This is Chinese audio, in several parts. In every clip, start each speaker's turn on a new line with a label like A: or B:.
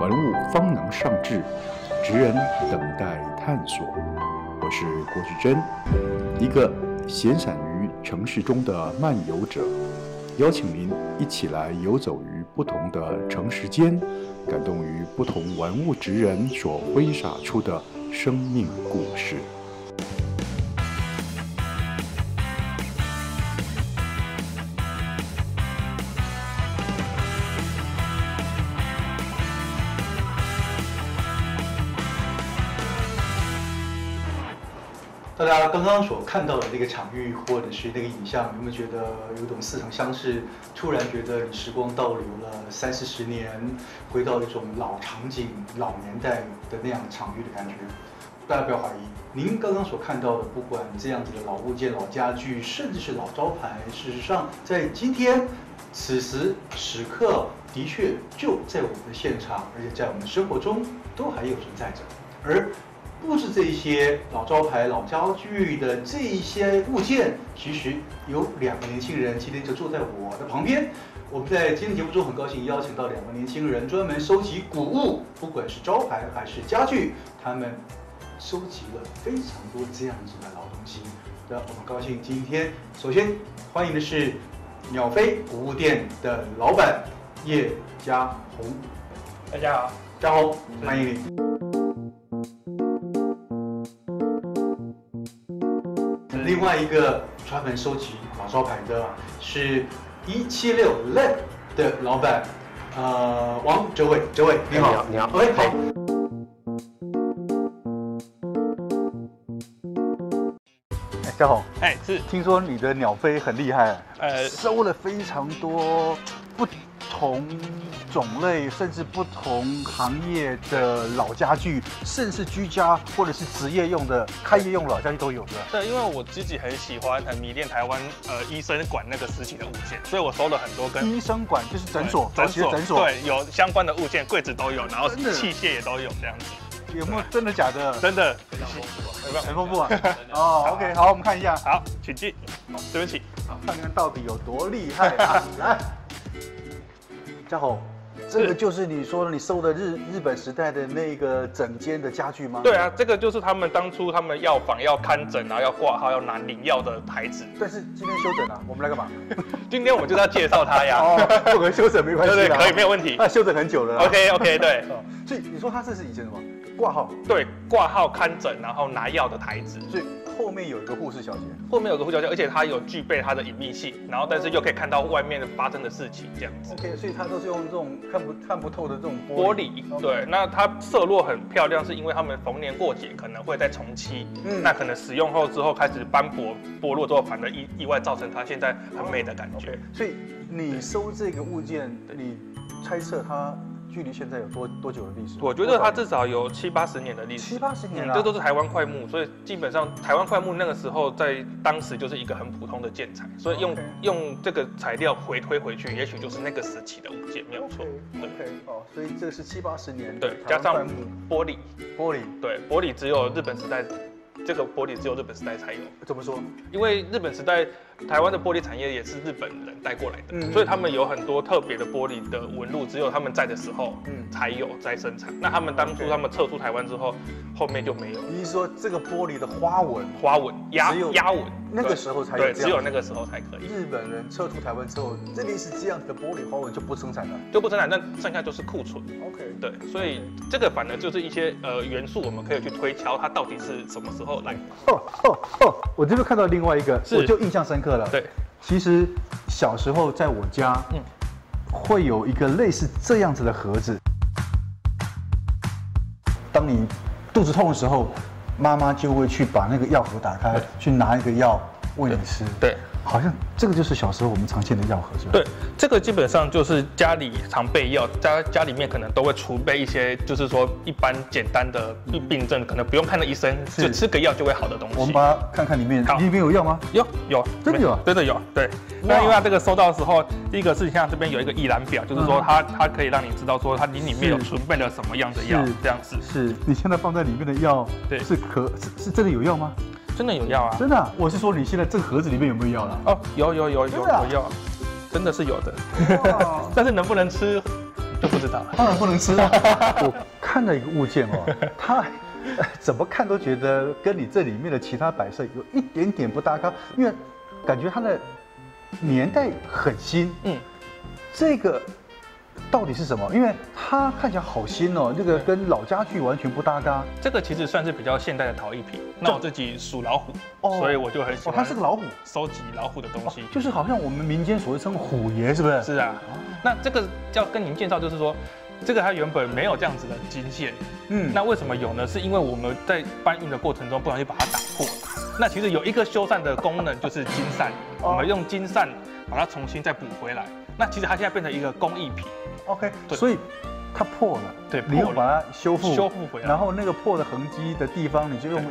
A: 文物方能上志，职人等待探索。我是郭志珍，一个闲散于城市中的漫游者，邀请您一起来游走于不同的城市间，感动于不同文物职人所挥洒出的生命故事。
B: 大家刚刚所看到的那个场域或者是那个影像，有没有觉得有种似曾相识？突然觉得你时光倒流了三四十年，回到一种老场景、老年代的那样场域的感觉。大家不要怀疑，您刚刚所看到的，不管这样子的老物件、老家具，甚至是老招牌，事实上在今天此时此刻，的确就在我们的现场，而且在我们的生活中都还有存在着。而布置这一些老招牌、老家具的这一些物件，其实有两个年轻人今天就坐在我的旁边。我们在今天节目中很高兴邀请到两个年轻人，专门收集古物，不管是招牌还是家具，他们收集了非常多这样子的老东西。那我们高兴今天首先欢迎的是鸟飞古物店的老板叶家红，
C: 大家好，
B: 家红，欢迎你。另外一个专门收集老招牌的啊是一七六 Lab 的老板，呃，王哲伟，哲伟你好，
C: 哎你好
B: 喂，好。哎，嘉宏，
C: 哎，是，
B: 听说你的鸟飞很厉害，
C: 呃
B: 收了非常多不同种类，甚至不同行业的老家具，甚至居家或者是职业用的、开业用老家具都有的。
C: 对，因为我自己很喜欢、很迷恋台湾呃医生馆那个时期的物件，所以我收了很多跟
B: 医生馆就是嗯诊所，
C: 对
B: 早期的诊所，
C: 对，有相关的物件，柜子都有，然后
B: 真的
C: 器械也都有，这样子，
B: 有没有真的假的？
C: 真的，
B: 很丰富 啊。哦，OK，好，我们看一下，
C: 好，请进，这边请。
B: 看看到底有多厉害 啊！来，嘉宏，这个就是你说的你收的日日本时代的那个整间的家具吗？
C: 对。啊，这个就是他们当初他们药房要看诊，啊然后要挂号，要拿领药的牌子。
B: 但是今天休整了、我们来干嘛？
C: 今天我们就是要介绍它哎 呀，
B: 哦，不可能休整没关啊系
C: 对
B: 啦
C: 对，可以，没有问题
B: 那。休整很久了啦。啊
C: OK OK，对
B: 哦所以你说它这是以前什么挂号？
C: 对，挂号看诊，然后拿药的台子。
B: 所以后面有一个护士小姐。
C: 后面有个呼叫器，而且它有具备它的隐秘性，然后但是又可以看到外面发生的事情这样子。
B: OK，所以它都是用这种看不看不透的这种
C: 玻
B: 玻璃。
C: 璃，对，那它色落很漂亮，是因为他们逢年过节可能会再重漆，
B: 嗯
C: 那可能使用后之后开始斑驳剥落之后，反而意意外造成它现在很美的感觉。
B: 所以你收这个物件，你猜测它距离现在有多多久的历史？
C: 我觉得它至少有七八十年的历史
B: 七。八十年啊
C: 嗯
B: 了、
C: 这都是台湾快木，所以基本上台湾快木那个时候在当时就是一个很普通的建材，所以用
B: OK
C: 用这个材料回推回去，也许就是那个时期的物件，没有错
B: OK。OK 哦，所以这是七八十年的
C: 对，
B: 台
C: 加
B: 湾
C: 上
B: 灌木
C: 玻璃，
B: 玻璃，
C: 对，玻璃只有日本时代，这个玻璃只有日本时代才有，
B: 怎么说？
C: 因为日本时代台湾的玻璃产业也是日本人带过来的，
B: 嗯
C: 所以他们有很多特别的玻璃的纹路，只有他们在的时候，
B: 嗯
C: 才有在生产。那他们当初
B: OK
C: 他们撤出台湾之后，后面就没有了
B: 你是说这个玻璃的花纹，
C: 花纹、压
B: 只有
C: 压纹，
B: 那个
C: 对
B: 时候才有
C: 对，
B: 这
C: 只
B: 样
C: 有
B: 子
C: 那个时候才可以，
B: 日本人撤出台湾之后，这类似这样子的玻璃花纹就不生产了。
C: 就不生产，那剩下就是库存。
B: OK，
C: 对，所以这个反而就是一些呃元素，我们可以去推敲它到底是什么时候来的。
B: 哦哦哦，我这边看到另外一个，
C: 是
B: 我就印象深刻了。
C: 对，
B: 其实小时候在我家，
C: 嗯
B: 会有一个类似这样子的盒子。当你肚子痛的时候，妈妈就会去把那个药盒打开，去拿一个药喂你吃。
C: 对，
B: 好像这个就是小时候我们常见的药盒，是吧？
C: 对，这个基本上就是家里常备药，家家里面可能都会储备一些，就是说一般简单的病病症，可能不用看到医生，
B: 是
C: 就吃个药就会好的东
B: 我们
C: 西。
B: 把它看看里面，
C: 好
B: 里面有药吗？
C: 有有，
B: 真的有啊
C: 真的有。对，那因为它这个收到的时候，第一个是像这边有一个一览表，就是说
B: 嗯
C: 它它可以让你知道说它你里面有
B: 是
C: 储备了什么样的药
B: 是，
C: 这样子
B: 是你现在放在里面的药，
C: 对
B: 是可是是真的有药吗？
C: 真的有药啊。
B: 真的啊、我是说你现在这个盒子里面有没有药了？
C: 哦，有有有有
B: 真的啊
C: 有药，真的是有的，
B: 哇
C: 但是能不能吃？就不知道了。
B: 当然不能吃啊！ 我看到一个物件 哦，它呃怎么看都觉得跟你这里面的其他摆设有一点点不搭嘎，因为感觉它的年代很新。
C: 嗯，
B: 这个到底是什么？因为它看起来好新哦，这个跟老家具完全不搭嘎。
C: 这个其实算是比较现代的陶艺品。那我自己属老虎，
B: 哦
C: 所以我就很喜
B: 哦，
C: 欢。
B: 它是个哦老虎，
C: 收集老虎的东西。
B: 就是好像我们民间所谓称虎爷，是不是？
C: 是啊，
B: 哦
C: 那这个要跟您介绍，就是说，这个它原本没有这样子的金线，
B: 嗯
C: 那为什么有呢？是因为我们在搬运的过程中不小心把它打破了。那其实有一个修缮的功能就是金扇，
B: 哦
C: 我们用金扇把它重新再补回来。那其实它现在变成一个工艺品，
B: OK，
C: 对
B: 所以它破了，
C: 对
B: 你又
C: 破了
B: 把它修复，
C: 修复回来
B: 然后那个破的痕迹的地方，你就用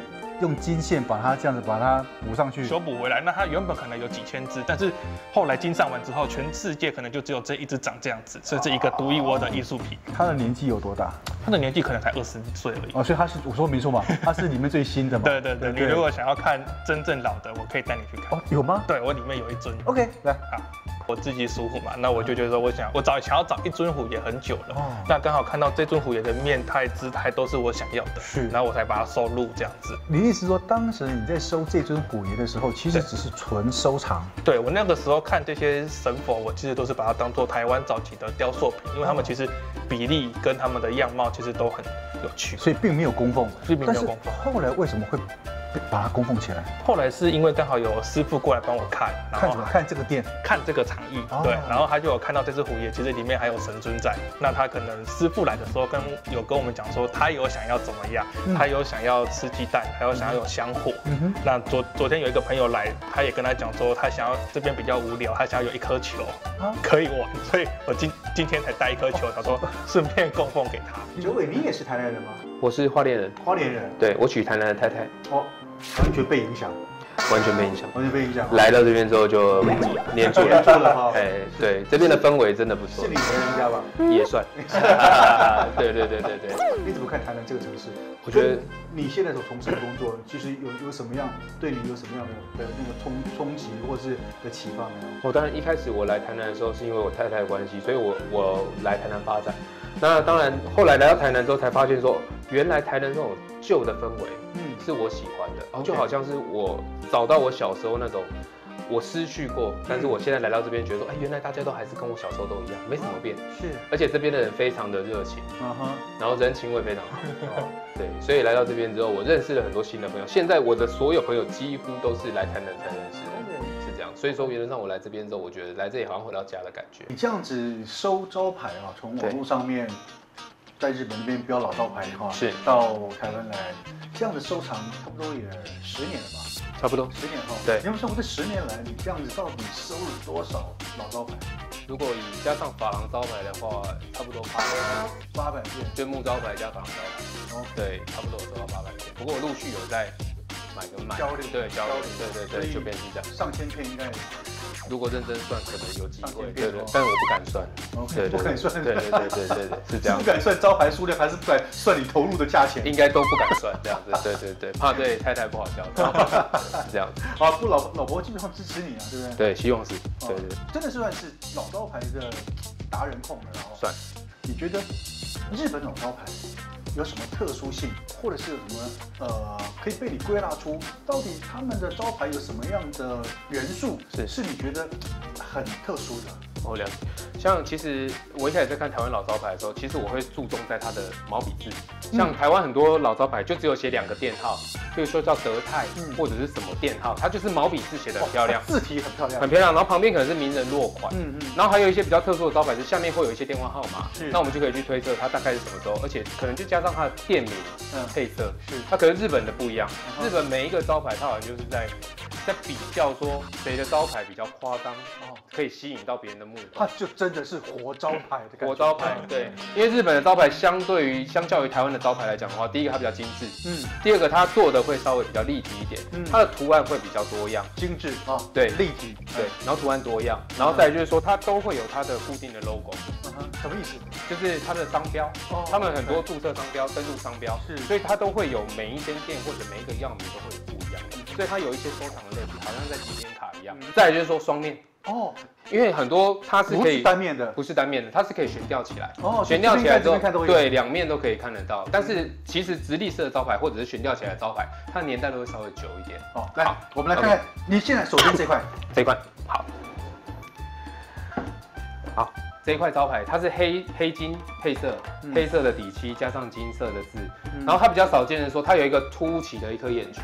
B: 用金线把它这样子把它补上去。
C: 修补回来。那它原本可能有几千只，但是后来金扇完之后，全世界可能就只有这一只长这样子，所以是一个独一无二的艺术品。
B: 它的年纪有多大？
C: 它的年纪可能才二十岁而已。
B: 哦，所以它是我说没错 嘛，它是里面最新的嘛。
C: 对对对，你如果想要看真正老的，我可以带你去看
B: 哦。有吗
C: 对，我里面有一尊。
B: ？OK，来，
C: 啊，我自己属虎嘛，那我就觉得说，我想我找想要找一尊虎也很久了，
B: 哦
C: 那刚好看到这尊虎爷的面态、姿态都是我想要的，
B: 是
C: 然后我才把它收录这样子。
B: 你的意思是说，当时你在收这尊虎爷的时候，其实
C: 对
B: 只是纯收藏。
C: 对我那个时候看这些神佛，我其实都是把它当做台湾早期的雕塑品，因为他
B: 嗯
C: 们其实比例跟他们的样貌其实都很有趣。
B: 所以并没有供奉，
C: 并没有供奉
B: 但是后来为什么会把它供奉起来？
C: 后来是因为刚好有师傅过来帮我看，然
B: 看
C: 后
B: 什么？看这个店，
C: 看这个场域
B: 哦，
C: 对，然后他就有看到这只虎爷，其实里面还有神尊在。那他可能师傅来的时候跟有跟我们讲说，他有想要怎么样
B: 嗯，
C: 他有想要吃鸡蛋，还有想要有香火。
B: 嗯哼
C: 那昨昨天有一个朋友来，他也跟他讲说，他想要这边比较无聊，他想要有一颗球
B: 啊哦
C: 可以玩，所以我今今天才带一颗球，他说顺便供奉给他。
B: 九尾，你也是台南人吗？
D: 我是花莲人，
B: 花莲人，
D: 对我娶台南的太太，
B: 哦，完全被影响，
D: 完全没影响。
B: 完全被影响。
D: 来到这边之后就黏住
B: 黏住了
D: 了
B: 哈，
D: 哎，对，这边的氛围真的不错
B: 是，你回人家吧？
D: 也算。哈哈哈对对对对对，
B: 你怎么看台南这个城市？
D: 我觉得
B: 跟你现在所从事的工作，其实有有什么样对你有什么样的的那个冲冲击，或是的启发没有？
D: 我当然一开始我来台南的时候是因为我太太的关系，所以我我来台南发展。那当然后来来到台南之后才发现说，原来台南那种旧的氛围
B: 嗯，
D: 是我喜欢的，
B: OK
D: 就好像是我找到我小时候那种。我失去过，但是我现在来到这边，觉得说，哎、原来大家都还是跟我小时候都一样，没什么变。
B: 是，
D: 而且这边的人非常的热情，
B: 嗯哼，
D: 然后人情味非常好。对，所以来到这边之后，我认识了很多新的朋友。现在我的所有朋友几乎都是来台南才认识的，是这样。所以说，原则上我来这边之后，我觉得来这里好像回到家的感觉。
B: 你这样子收招牌啊，从
D: 对
B: 网络上面在日本那边标老招牌的话，
D: 是
B: 到台湾来，这样的收藏差不多也十年了吧？
D: 差不多。
B: 十年后，
D: 对
B: 你们说我这十年来，你这样子到底收了多少老招牌？
D: 如果以加上珐琅招牌的话，差不多八百，
B: 八百件，
D: 就木招牌加珐琅招
B: 哦
D: 牌，对，差不多有收到八百件。不过我陆续有在买跟卖，
B: 交流
D: 对交
B: 交
D: 流
B: 流，
D: 对
B: 所
D: 对
B: 以
D: 对，就变成这样。
B: 上千片应该也
D: 如果认真算，可能有机会，
B: 上千遍
D: 对对
B: 哦，
D: 但我不敢算。
B: OK，
D: 对对对
B: 不敢算
D: 对对对对对对，是这样
B: 不。敢算招牌数量，还是不敢算你投入的价钱。
D: 应该都不敢算这样子，对对对，怕对太太不好交代，是这样子，
B: 啊，不，老老婆基本上支持你啊，对不对？
D: 对，希望是，
B: 哦
D: 对对对，
B: 真的是算是老招牌的达人控了，然后
D: 算。
B: 你觉得日本老招牌有什么特殊性，或者是有什么呃可以被你归纳出到底他们的招牌有什么样的元素
D: 是
B: 是你觉得很特殊的？
D: 我了解。像其实我一开始在看台湾老招牌的时候，其实我会注重在它的毛笔字，像台湾很多老招牌就只有写两个店号，比如说叫德泰
B: 嗯
D: 或者是什么店号，它就是毛笔字写的很漂亮，
B: 字体很漂亮
D: 很。漂亮，然后旁边可能是名人落款，
B: 嗯嗯，
D: 然后还有一些比较特殊的招牌是下面会有一些电话号码
B: 是，
D: 那我们就可以去推测它大概是什么时候，而且可能就加上它的店名、
B: 嗯
D: 配色
B: 是。
D: 它可能日本的不一样
B: 嗯，哼
D: 日本每一个招牌它好像就是在在比较说谁的招牌比较夸张，
B: 哦，
D: 可以吸引到别人的目
B: 它
D: 光。
B: 就真的是活招牌啊的感觉。嗯
D: 国招牌对，因为日本的招牌相对于相较于台湾的招牌来讲的话，第一个它比较精致，
B: 嗯，
D: 第二个它做的会稍微比较立体一点
B: 嗯，
D: 它的图案会比较多样。
B: 精致啊，
D: 对
B: 立体，
D: 对，然后图案多样，然后再来就是说它都会有它的固定的 logo，
B: 嗯哼，什么意思？
D: 就是它的商标
B: 哦，
D: 他们很多注册商标、登录商标，
B: 是
D: 所以它都会有每一间店或者每一个样名都会有不一样的，所以它有一些收藏的类别，好像在纪念卡一样
B: 嗯。
D: 再来就是说双面，
B: 哦，
D: 因为很多它是
B: 不
D: 可
B: 是
D: 以
B: 单面的，
D: 不是单面的，它是可以悬吊起来。
B: 哦，
D: 悬吊起来之
B: 这
D: 后
B: 边看这边看都，有
D: 对，两面都可以看得到。但是其实直立式的招牌或者是悬吊起来的招牌，它的年代都会稍微久一点。
B: 哦，来
D: 好，
B: 我们来看看你现在手边这块，
D: 这一块好，
B: 嗯
D: 好，这一块招牌它是黑黑金配色，
B: 嗯
D: 黑色的底漆加上金色的字，
B: 嗯
D: 然后它比较少见的说，它有一个凸起的一颗眼球，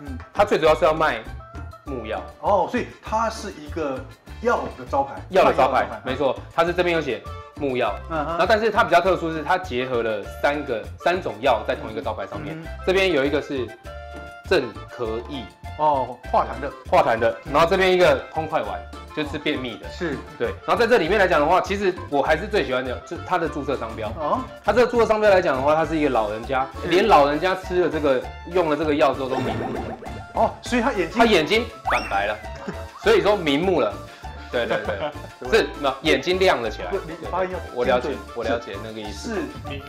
B: 嗯，
D: 它最主要是要卖木药
B: 哦，所以它是一个药的招牌，
D: 药的招
B: 卖
D: 牌，没，错，它是这边有写木药。
B: 嗯
D: 然后，
B: 哼，
D: 但是它比较特殊是，它结合了三个三种药在同一个招牌上面
B: 嗯。
D: 这边有一个是镇咳益
B: 哦，化痰的
D: 化痰的，然后这边一个通快丸，就是便秘的。
B: 是，
D: 对，然后在这里面来讲的话，其实我还是最喜欢的，就是它的注册商标。
B: 哦，
D: 它这个注册商标来讲的话，嗯它是一个老人家，连老人家吃了这个用了这个药之后都瞑目，
B: 哦，所以他眼睛
D: 他眼睛反 白了，所以说瞑目了。对对对，是那眼睛亮了起来
B: 不你你发音要。
D: 我了解
B: 精，
D: 我了解那个意思。
B: 是
D: 明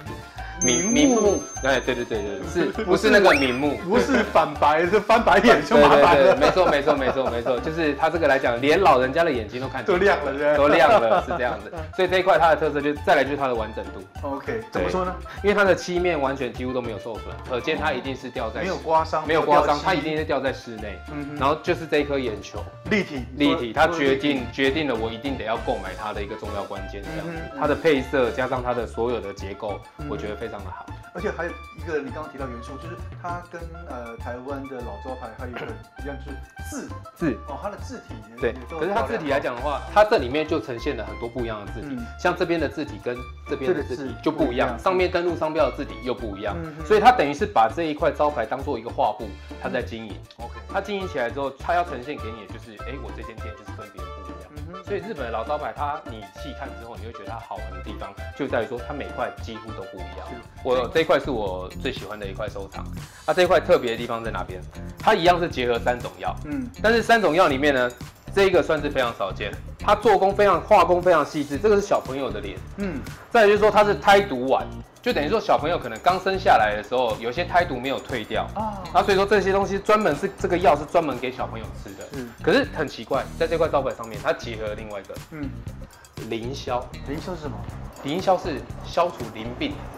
B: 明
D: 明目，哎，对对对对，是不是那个明目？
B: 不是反白，是翻白眼就
D: 对
B: 麻烦
D: 对对，
B: 了，
D: 没错没错没错没错，就是它这个来讲，连老人家的眼睛都看
B: 都
D: 清楚
B: 亮了，对
D: 都
B: 不对
D: 亮了，是这 样子。所以这一块它的特色就是，再来就是它的完整度，
B: ？OK，怎么说呢？
D: 因为它的漆面完全几乎都没有受损，可见它一定是吊在
B: 没有刮伤，
D: 没有刮
B: 掉
D: 伤，
B: 漆
D: 它一定是吊在室内。
B: 嗯哼
D: 然后就是这一颗眼球
B: 立体
D: 立体，它
B: 多
D: 决
B: 立体
D: 定决定了我一定得要购买它的一个重要关键，这样子
B: 嗯哼。
D: 它的配色加上它的所有的结构
B: 嗯，
D: 我觉得非常的好。
B: 而且还有一个你刚刚提到元素，就是它跟呃台湾的老招牌还有一个一样，就是字
D: 字
B: 哦，它的字体也
D: 对
B: 也，都
D: 可是它字体来讲的话，它这里面就呈现了很多不一样的字体，
B: 嗯
D: 像这边的字体跟这边的字
B: 这个
D: 体
B: 字
D: 就不
B: 不
D: 一
B: 一
D: 样，
B: 样
D: 上面登录商标的字体又不一样，
B: 嗯嗯哼
D: 所以它等于是把这一块招牌当做一个画布，它在经营。
B: 漂亮 OK，
D: 它经营起来之后，它要呈现给你的就是，哎、我这间店就是跟别人不一样。
B: 嗯哼，
D: 所以日本的老招牌，它你细看之后，你会觉得它好玩的地方就在于说，它每块几乎都不一样
B: 是。
D: 我这一块是我最喜欢的一块收藏。那这一块特别的地方在哪边？它一样是结合三种药，
B: 嗯
D: 但是三种药里面呢，这一个算是非常少见，它做工非常画工非常细致，这个是小朋友的脸。
B: 嗯
D: 再来就是说它是胎毒丸，就等于说小朋友可能刚生下来的时候，有些胎毒没有退掉，
B: 啊，
D: 然后所以说这些东西专门是这个药是专门给小朋友吃的。
B: 嗯
D: 可是很奇怪，在这块招牌上面，它结合了另外一个
B: 嗯，
D: 凌霄，
B: 灵修是什么？
D: 凌霄是消除淋病